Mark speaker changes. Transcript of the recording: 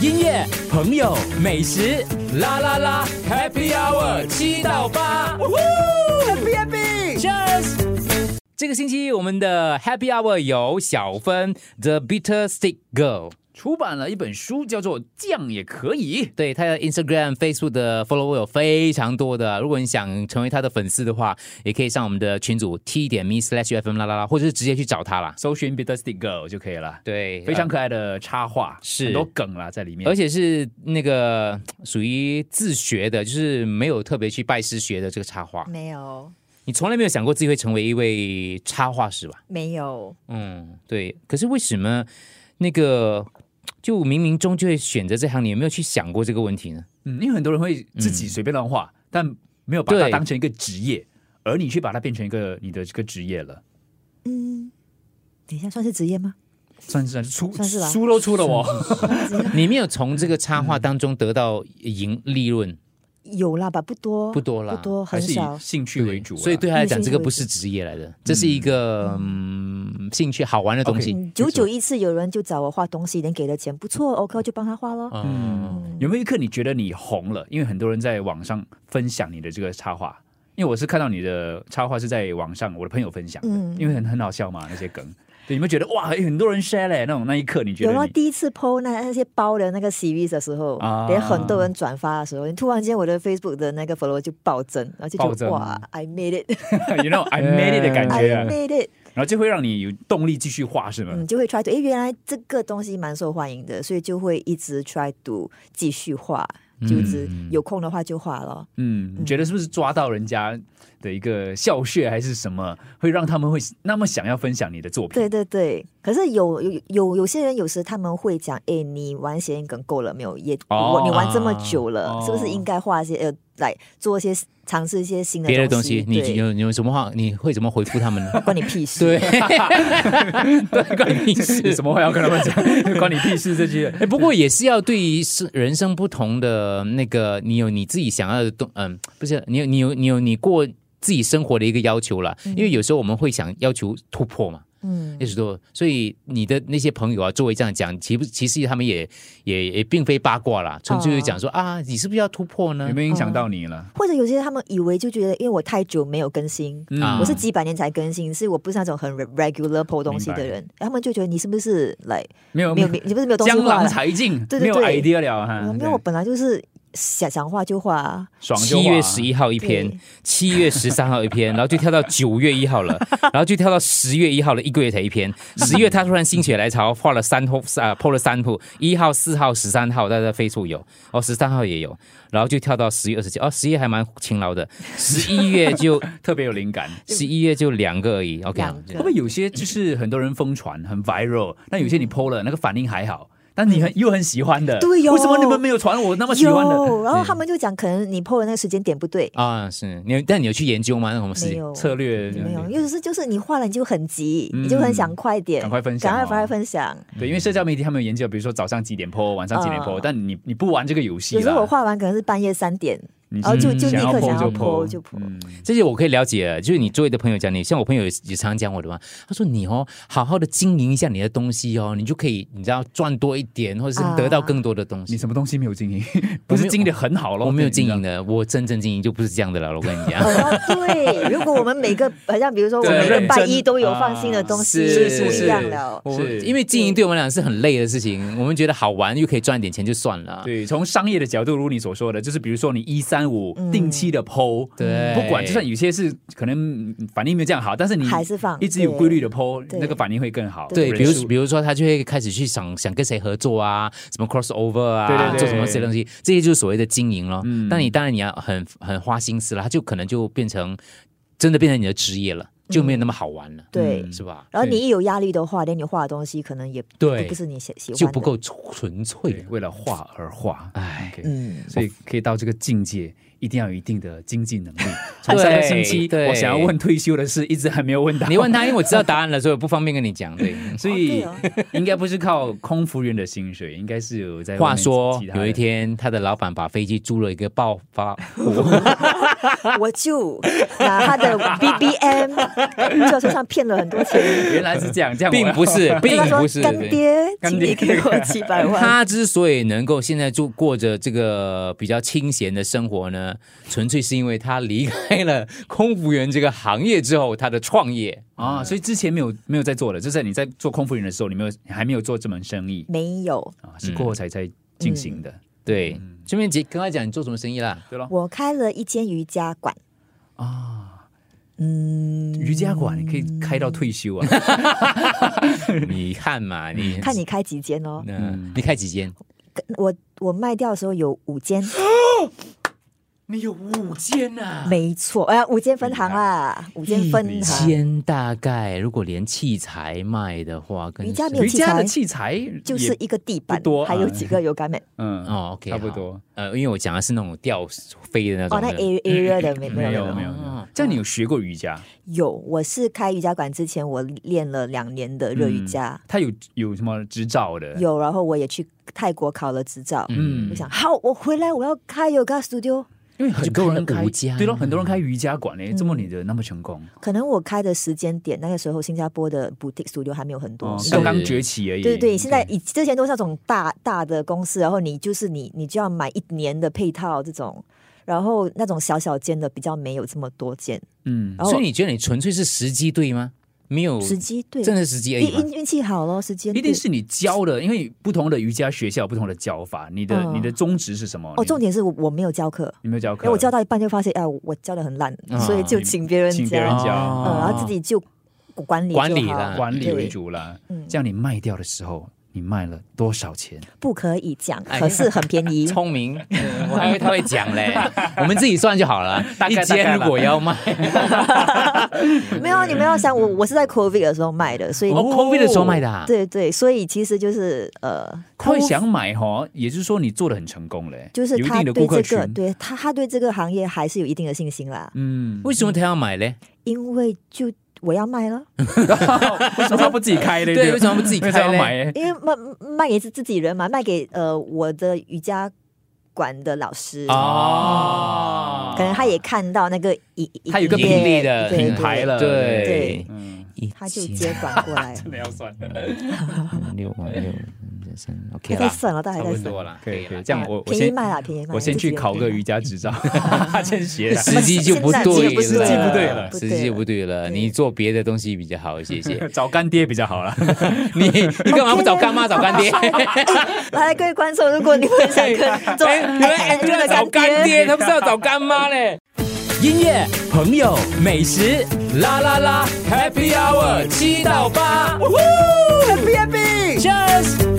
Speaker 1: 音乐、朋友、美食，啦啦啦，Happy Hour 七到八，Happy Happy，Cheers。这个星期我们的 Happy Hour 有小芬 The Bitter Stick Girl。
Speaker 2: 出版了一本书，叫做《酱也可以》。
Speaker 1: 对他的 Instagram、Facebook 的 follower 有非常多的，如果你想成为他的粉丝的话，也可以上我们的群组 t 点 me slash fm 啦啦啦，或者是直接去找他啦。
Speaker 2: 搜寻 Bitter Stick Girl 就可以了。
Speaker 1: 对，
Speaker 2: 非常可爱的插画，
Speaker 1: 是
Speaker 2: 很多梗啦在里面。
Speaker 1: 而且是那个属于自学的，就是没有特别去拜师学的这个插画。
Speaker 3: 没有，
Speaker 1: 你从来没有想过自己会成为一位插画师吧？
Speaker 3: 没有，
Speaker 1: 嗯，对。可是为什么那个就冥冥中就会选择这行？你有没有去想过这个问题呢？
Speaker 2: 嗯，因为很多人会自己随便乱画，但没有把它
Speaker 1: 对
Speaker 2: 当成一个职业，而你却把它变成一个你的这个职业了，
Speaker 3: 嗯，等一下，算是职业吗？
Speaker 2: 算是算是出
Speaker 3: 算是吧
Speaker 2: 书都出了 哦。
Speaker 1: 你没有从这个插画当中得到盈利润，
Speaker 3: 有啦吧，不多，
Speaker 1: 不多啦
Speaker 3: 不多，
Speaker 2: 还
Speaker 3: 很
Speaker 2: 是以
Speaker 3: 少。
Speaker 2: 兴趣为主啊，嗯
Speaker 1: 所以对他来讲，
Speaker 3: 兴趣
Speaker 1: 这个不是职业来的，这是一个嗯兴趣好玩的东西。
Speaker 3: 嗯，久久一次有人就找我画东西，能给的钱不错，OK，我就帮他画咯。
Speaker 2: 啊
Speaker 1: 嗯，
Speaker 2: 有没有一刻你觉得你红了？因为很多人在网上分享你的这个插画，因为我是看到你的插画是在网上，我的朋友分享的，
Speaker 3: 嗯
Speaker 2: 因为很很好笑嘛那些梗。对，你们觉得哇，哎很多人 share 嘞那种那一刻，你觉
Speaker 3: 有
Speaker 2: 得
Speaker 3: 了
Speaker 2: 你
Speaker 3: 第一次 PO 那那些包的那个 series 的时候，
Speaker 2: 啊
Speaker 3: 连很多人转发的时候，突然间我的 Facebook 的那个 follow 就暴增，然后就
Speaker 2: 暴
Speaker 3: 觉
Speaker 2: 增
Speaker 3: 得哇，I made it，I
Speaker 2: you know I made it 的感觉
Speaker 1: 哎
Speaker 2: 啊，
Speaker 3: made it，
Speaker 2: 然后就会让你有动力继续画，是吗？
Speaker 3: 嗯，就会 try to，诶，原来这个东西蛮受欢迎的，所以就会一直 try to 继续画，就一直有空的话就画咯。
Speaker 2: 嗯，你觉得是不是抓到人家的一个笑穴还是什么，会让他们会那么想要分享你的作品？
Speaker 3: 对对对，可是有有有有些人有时他们会讲，哎，你玩谐音梗够了没有？也、
Speaker 2: 哦
Speaker 3: 我你玩这么久了，
Speaker 2: 哦
Speaker 3: 是不是应该画一些呃，来做一些尝试一些新的
Speaker 1: 别的东
Speaker 3: 东
Speaker 1: 西，你
Speaker 3: 对，
Speaker 1: 有你有什么话？你会怎么回复他们呢？
Speaker 3: 关你 屁事。
Speaker 1: 对， 对，关你屁
Speaker 2: 有
Speaker 1: 事。
Speaker 2: 什么话要跟他 们讲？关你屁事这些。
Speaker 1: 哎，不过也是要对于生人生不同的那个，你有你自己想要的东，嗯，不是，你有你有你有你过自己生活的一个要求啦。因为有时候我们会想要求突破嘛，
Speaker 3: 嗯，
Speaker 1: 也许多，所以你的那些朋友啊，作为这样讲，其不其实他们也也也并非八卦啦，纯粹就讲说、啊，你是不是要突破呢
Speaker 2: 有？没有影响到你了？
Speaker 3: 或者有些他们以为就觉得，因为我太久没有更新，
Speaker 2: 嗯
Speaker 1: 啊
Speaker 3: 我是几百年才更新，是我不是那种很 regular po 东西的人，他们就觉得你是不是来
Speaker 2: 没有
Speaker 3: 没有没有你不是没有东西
Speaker 2: 江
Speaker 3: 画
Speaker 2: 郎
Speaker 3: 了？
Speaker 2: 才尽，
Speaker 3: 对
Speaker 2: 没
Speaker 3: 对
Speaker 2: 有
Speaker 3: 对
Speaker 2: idea 了哈。
Speaker 3: 我没
Speaker 2: 对
Speaker 3: 有，我本来就是想想画就画啊。
Speaker 2: 爽就
Speaker 1: 七月
Speaker 2: 哇
Speaker 1: 十一号一篇
Speaker 3: 对，
Speaker 1: 七月十三号一篇， 然后就跳到九月一号了， 然后就跳到十月一号了，一个月才一篇。十月他突然心血来潮，画了三铺啊，破了三铺，一号、四号、十三号，大家 Facebook 有，哦，十三号也有，然后就跳到十月二十九，哦，十一还蛮勤劳的，十一月 就
Speaker 2: 特别有灵感。
Speaker 1: 十一月就两个而已，OK 啊
Speaker 3: 两。
Speaker 2: 会
Speaker 3: 个
Speaker 2: 不会有些就是很多人疯传很 viral，那有些你 PO 了那个反应还好，但你很又很喜欢的，
Speaker 3: 嗯对哟
Speaker 2: 为什么你们没有传我那么喜欢的
Speaker 3: 有，然后他们就讲，可能你 PO 的那个时间点不对，
Speaker 1: 啊，是你有，但你有去研究吗？那种事
Speaker 3: 没
Speaker 1: 情
Speaker 3: 有
Speaker 2: 策略？
Speaker 3: 没有，尤其是就是你画了你就很急，你就
Speaker 2: 嗯
Speaker 3: 很想快点，
Speaker 2: 赶快分享
Speaker 3: 赶
Speaker 2: 哦
Speaker 3: 快赶快分享。
Speaker 2: 对，因为社交媒体他们有研究，比如说早上几点 PO，晚上几点 PO，、
Speaker 3: 啊
Speaker 2: 但你你不玩这个游戏
Speaker 3: 有
Speaker 2: 啦，
Speaker 3: 时候我画完可能是半夜三点，
Speaker 2: 你
Speaker 3: 然后就就立
Speaker 2: 想
Speaker 3: 刻想
Speaker 2: 要
Speaker 3: 要
Speaker 2: po
Speaker 3: po
Speaker 2: 就
Speaker 3: 就
Speaker 2: po
Speaker 3: po。
Speaker 2: 嗯
Speaker 1: 这些我可以了解，就是你周围的朋友讲你，像我朋友也也常讲我的嘛，他说你哦，好好的经营一下你的东西哦，你就可以，你知道赚多一点，或者是
Speaker 3: 啊
Speaker 1: 得到更多的东西。
Speaker 2: 你什么东西没有经营？不是经营的很好咯，
Speaker 1: 我没有
Speaker 2: 对
Speaker 1: 经营
Speaker 2: 你知
Speaker 1: 的，我真正经营就不是这样的了，我跟你讲。
Speaker 3: 哦，对，如果我们每个好像比如说我
Speaker 2: 对
Speaker 3: 每个
Speaker 2: 认
Speaker 3: 拜
Speaker 2: 真啊
Speaker 3: 一都有放新的东西，
Speaker 1: 是
Speaker 2: 是
Speaker 3: 不
Speaker 2: 是
Speaker 3: 一样了。
Speaker 1: 我
Speaker 2: 是
Speaker 1: 因为经营对我们俩是很累的事情，我们觉得好玩又可以赚点钱就算了
Speaker 2: 道。对，从商业的角度，如你所说的，就是比如说你一三五
Speaker 3: 嗯
Speaker 2: 定期的 PO，、
Speaker 1: 对
Speaker 2: 不管就算有些是可能反应没有这样好，但是你
Speaker 3: 还是放
Speaker 2: 一直有规律的 PO，
Speaker 3: 对
Speaker 2: 那个反应会更好。
Speaker 1: 对，
Speaker 2: 人
Speaker 1: 比
Speaker 2: 数
Speaker 1: 如比如说他就会开始去想想跟谁合作啊，什么 crossover 啊，
Speaker 2: 对对对嗯
Speaker 1: 做什么这些东西，这些就是所谓的经营咯。但你当然你要很很花心思了，他就可能就变成真的变成你的职业了，
Speaker 2: 嗯
Speaker 1: 就没有那么好玩了，嗯
Speaker 3: 对
Speaker 1: 是吧？
Speaker 3: 然后你一有压力的话，连你画的东西可能也
Speaker 1: 对
Speaker 3: 都不是你喜喜欢的，
Speaker 1: 就不够纯粹
Speaker 2: 对，为了画而画，
Speaker 1: 哎，
Speaker 2: OK，
Speaker 3: 嗯，
Speaker 2: 所以可以到这个境界，一定要有一定的经济 能力。从
Speaker 1: 对
Speaker 2: 上个星期，
Speaker 1: 对
Speaker 2: 我想要问退休的事，一直还没有问到。
Speaker 1: 你问他，因为我知道答案了，所以我不方便跟你讲。 对，
Speaker 2: 所以应该不是靠空服员的薪水，应该是有在。
Speaker 1: 话说有一，天，他的老板把飞机租了一个暴 发户，
Speaker 3: 我就拿他的 BBM 轿车上骗了很多 钱。
Speaker 2: 原来是这样，这样我
Speaker 1: 并不 是，
Speaker 3: 跟
Speaker 1: 并
Speaker 3: 他
Speaker 1: 不
Speaker 3: 说
Speaker 1: 是。
Speaker 3: 干
Speaker 1: 对
Speaker 3: 爹，
Speaker 2: 干
Speaker 3: 请
Speaker 2: 爹
Speaker 3: 你 给我几百万。
Speaker 1: 他之所以能够现在住过着这个比较清闲的生活呢，纯粹是因为他离开了空服员这个行业之后，他的创业。
Speaker 2: 啊，所以之前没有没有在做的，就在你在做空服员的时候，你没有还没有做这门生意
Speaker 3: 没有，
Speaker 2: 啊，是过后才在进行的。
Speaker 1: 对，
Speaker 2: 嗯
Speaker 1: 顺便姐跟他讲你做什么生意 啦？
Speaker 2: 对咯，
Speaker 3: 我开了一间瑜伽馆。
Speaker 2: 瑜伽馆可以开到退休啊，
Speaker 1: 你看嘛，你
Speaker 3: 嗯看你开几间哦。
Speaker 1: 嗯，你开几间？
Speaker 3: 我我卖掉的时候有五间，
Speaker 1: 你有五间
Speaker 2: 啊
Speaker 1: 呐、
Speaker 3: 没错，哎、五间分行啦，五间分
Speaker 1: 一
Speaker 3: 行。啊
Speaker 1: 间大概如果连器材卖的话，跟
Speaker 3: 瑜伽没有
Speaker 2: 瑜
Speaker 3: 器材
Speaker 2: 伽的器材
Speaker 3: 就是一个地板
Speaker 2: 不多，
Speaker 3: 还有几个有感 a
Speaker 2: 嗯
Speaker 1: 哦，OK，
Speaker 2: 差不
Speaker 1: 好
Speaker 2: 多。
Speaker 1: 呃，因为我讲的是那种吊飞的那种
Speaker 3: 哦，那
Speaker 1: 的。
Speaker 3: area area 的没
Speaker 2: 没
Speaker 3: 没有
Speaker 2: 有没有，没有这样你有学过瑜伽？
Speaker 3: 有，我是开瑜伽馆之前，我练了两年的热瑜伽，
Speaker 2: 他有有什么执照的？
Speaker 3: 有，然后我也去泰国考了执照。
Speaker 1: 嗯
Speaker 3: 我想，好，我回来我要开 yoga studio，
Speaker 2: 因为很多人
Speaker 1: 就开
Speaker 2: 开
Speaker 1: 了瑜伽
Speaker 2: 对咯，很多人开瑜伽馆嘞，怎么你的那么成功？
Speaker 3: 可能我开的时间点，那个时候新加坡的 boutique studio 还没有很多，
Speaker 2: 哦
Speaker 3: 是
Speaker 2: 刚刚崛起而已。
Speaker 3: 对对对，现在以之前都是那种大大的公司，然后你就是你你就要买一年的配套这种，然后那种小小间的比较没有这么多间，
Speaker 2: 嗯，
Speaker 3: 然后
Speaker 1: 所以你觉得你纯粹是时机对吗？没有，
Speaker 3: 哦时机对，
Speaker 1: 真的时机而已
Speaker 3: 运
Speaker 1: 吗。
Speaker 3: 运运气好咯，时间
Speaker 2: 一定
Speaker 3: 对
Speaker 2: 是你教的，因为不同的瑜伽学校有不同的教法，你的、
Speaker 3: 嗯
Speaker 2: 你的宗旨是什么？
Speaker 3: 哦，重
Speaker 2: 你
Speaker 3: 点是我我没有教课。
Speaker 2: 你没有教
Speaker 3: 因为
Speaker 2: 课，
Speaker 3: 我教到一半就发现，哎，我教的很烂，
Speaker 1: 啊
Speaker 3: 所以就请别人
Speaker 2: 请
Speaker 3: 教
Speaker 2: 别，人
Speaker 1: 教
Speaker 2: 教
Speaker 3: 嗯，然后自己就管理
Speaker 1: 哦管
Speaker 3: 就
Speaker 1: 理
Speaker 3: 好
Speaker 1: 啦
Speaker 2: 管理
Speaker 3: 对
Speaker 2: 为主啦。
Speaker 3: 嗯
Speaker 2: 这样你卖掉的时候，你卖了多少钱？
Speaker 3: 不可以讲，
Speaker 1: 哎
Speaker 3: 可是很便宜，
Speaker 1: 聪明，我还以为他会讲嘞，我们自己算就好了。
Speaker 2: 大概
Speaker 1: 一
Speaker 2: 大概
Speaker 1: 间
Speaker 2: 啦
Speaker 1: 如果要卖，
Speaker 3: 没有，啊你们要想，我我是在 COVID 的时候卖的，所以
Speaker 1: 哦，COVID 的时候卖的啊，
Speaker 3: 对对，所以其实就是呃，
Speaker 2: 他会想买哈，也就是说你做的很成功嘞，
Speaker 3: 就是
Speaker 2: 有一
Speaker 3: 他
Speaker 2: 定的顾
Speaker 3: 对
Speaker 2: 客
Speaker 3: 这
Speaker 2: 群。
Speaker 3: 个，对他他对这个行业还是有一定的信心啦，
Speaker 2: 嗯，
Speaker 1: 为什么他要买嘞？
Speaker 3: 因为就我要卖了，
Speaker 2: 为什么他不自己开嘞？
Speaker 1: 对，为什么不自己
Speaker 2: 为什
Speaker 1: 开
Speaker 2: 么要买
Speaker 1: 嘞？
Speaker 2: 嘞？
Speaker 3: 因为卖卖给是自己人嘛，卖给呃我的瑜伽馆的老师，
Speaker 1: 啊哦，
Speaker 3: 啊可能他也看到那个一，
Speaker 1: 他有一个
Speaker 3: 一列
Speaker 1: 品类的
Speaker 3: 对对
Speaker 2: 品牌了
Speaker 1: 对
Speaker 3: 对，
Speaker 2: 嗯，
Speaker 3: 他就接管过
Speaker 1: 啊
Speaker 3: 来，
Speaker 2: 真的要算。
Speaker 1: 六万六五三，OK
Speaker 3: 他在
Speaker 1: 啦，
Speaker 3: 算了，大 概
Speaker 1: 差
Speaker 3: 在
Speaker 1: 不
Speaker 3: 算。
Speaker 1: 多啊啦，
Speaker 2: 可以可以，
Speaker 1: 啦
Speaker 2: 这样我我
Speaker 3: 便宜
Speaker 2: 先
Speaker 3: 卖啦，便宜卖啦。
Speaker 2: 我先去考个 瑜
Speaker 3: 伽，
Speaker 2: 伽执 照，先学 啦。
Speaker 1: 时机就不对了，
Speaker 3: 时机
Speaker 2: 不对了
Speaker 1: 时机就不对了。
Speaker 3: 对
Speaker 1: 你做别的东西比较好，谢谢
Speaker 2: 找干爹比较好啦。
Speaker 1: 你。你干嘛不找干妈找干 爹？
Speaker 3: 哎来，各位观众，如果你们想跟 做
Speaker 1: 哎，你们 Andrew 要找干爹，他不是要找干妈嘞？音乐、朋友、美食，啦啦啦，Happy Hour 七到八，Happy Happy，Cheers。